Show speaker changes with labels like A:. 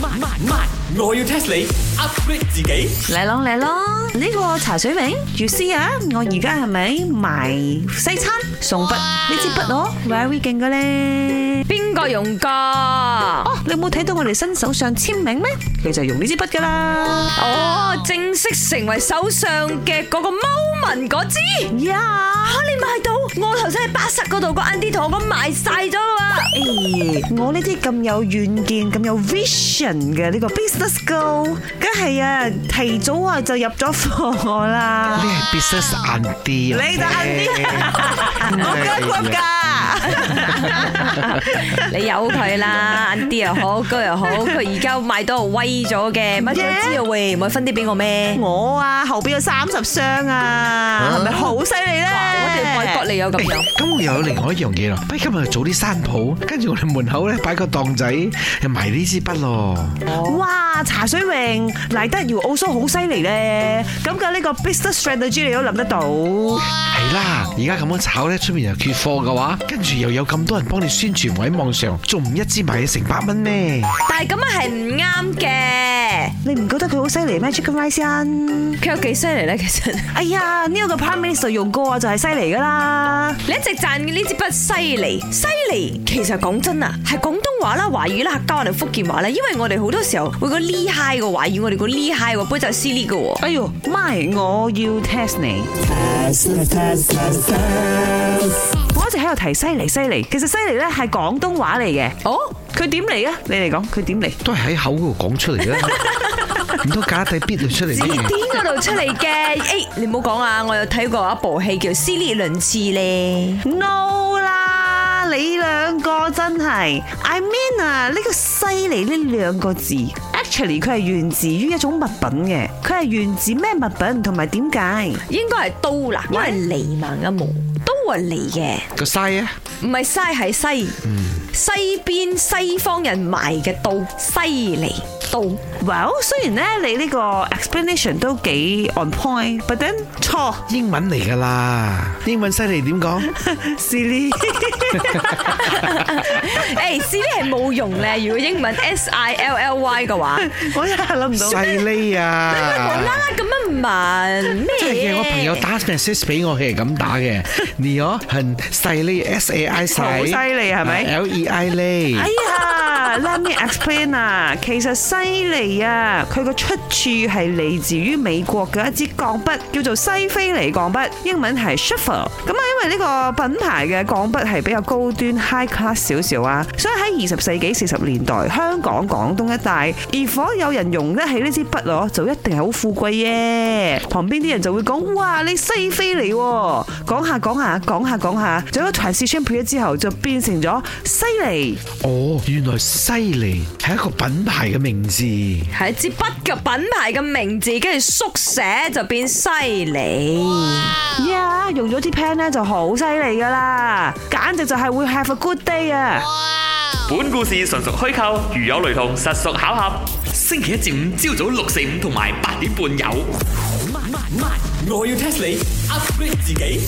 A: 慢慢慢，我要 test 你 upgrade 自己。
B: 嚟咯嚟咯，呢個茶水榮，廚師啊，我而家係咪賣西餐送筆？呢支筆我 very 勁嘅咧。
C: 邊個用噶？
B: 哦，你有冇睇到我哋新手上簽名咩？你就用呢支筆噶啦。
C: 哦，正式成為首相嘅嗰個 moment 嗰支，
B: 呀，
C: 嚇你買到？我頭先喺巴塞嗰度個 a n d 同我講賣晒咗啦喎。
B: 誒，哎我呢啲咁有遠見、咁有 vision 嘅呢個 business girl，梗係啊，提早啊就入咗貨啦
D: 你。係 business à? 硬啲啊！
B: 你就硬啲我
D: 係
B: 跟過㗎。
C: 你由佢啦 a n d 又好，哥又好，佢而家賣到威咗嘅，乜都知啊喂，唔會分啲俾我咩？
B: 我啊，後邊有三十箱啊，係咪好犀利咧？
C: 我
B: 我
C: 哋外國你有咁有。
D: 咁我又有另外一樣嘢啦，不如今日早啲山鋪，跟住我哋門口咧擺個檔仔，又埋呢支筆咯。
B: 哇，茶水榮、賴德耀、奧蘇好犀利咧，咁嘅呢個 business strategy 你都諗得到，
D: 係啦，而家咁樣炒咧，出面又缺貨嘅話，跟住又有咁多人幫你宣傳喎喺網上，仲唔一支賣成百蚊咩？
C: 但係咁啊樣係唔啱嘅。
B: 你唔覺得佢好犀利咩？Chicken Rice 因，
C: 佢有幾犀利咧？其實
B: 哎呀，呢個 Prime Minister 用過啊，就係犀利噶啦。
C: 你一直讚呢支筆犀利，犀利。其實講真啊，係廣東話啦、華語啦、客家話定福建話咧，因為我哋好多時候會個呢嗨個華語，我哋個呢嗨個杯就係撕呢嘅喎。
B: 哎呦，咪我要 test 你。我一直喺度提犀利犀利，其實犀利咧係廣東話嚟嘅，
C: 哦，
B: 佢點嚟啊？你嚟講，佢點嚟？
D: 都係喺口嗰度講出嚟啦，唔通假底必出嚟
C: 字典
D: 咩？
C: 嗰度出嚟嘅。誒，你唔好講啊，我有睇過一部戲叫《撕裂輪次》咧。
B: No 啦，你兩個真係，I mean 啊，呢個犀利呢兩個字，actually 佢係源自於一種物品嘅，佢係源自咩物品同埋點解？
C: 應該係刀啦，因為嚟嘛啱冇，刀係嚟嘅，
D: 個嘥啊！
C: 唔係嘥係西，西邊西方人賣嘅刀，西嚟刀。
B: Well，雖然咧你呢個 explanation 都幾 on point，but then 錯
D: 英文嚟噶啦，英文犀利點講？
B: ，silly
C: 誒，C 呢係冇用咧。如果英文 S I L L Y 嘅話，
B: 我一下諗唔到。
D: 犀利
C: 無啦
D: 啊！
C: 啦咁樣問
D: 真係
C: 咩？
D: 嘅，我朋友打 message 俾我，佢係咁打 嘅。你我很細呢，S A I 細，
B: 好犀利係咪
D: ？L E I 呢
B: 哎？呀，let me explain 啊，其實犀利啊，佢個出處係嚟自於美國嘅一支鋼筆，叫做西非尼鋼筆，英文係 Schiffer。咁啊，因為呢個品牌嘅鋼筆係比較高端 high class 少少啊，所以喺二十世紀四十年代，香港廣東一帶，如果有人用得起呢支筆咯，就一定係好富貴耶。旁邊啲人就會講：哇，你西非尼喎！講下講下講下講下，做咗 transition period 之後，就變成咗犀利。
D: 哦，原來犀利係一個品牌嘅名字。
C: 係支筆嘅品牌嘅名字，跟住縮寫就變犀利。
B: 呀用咗支 pen 咧就好犀利噶啦，簡直就係會 have a good day 啊！
A: 本故事純屬虛構，如有雷同，實屬巧合。星期一至五朝早六四五同埋八點半有。慢慢慢，我要 test 你 upgrade 自己。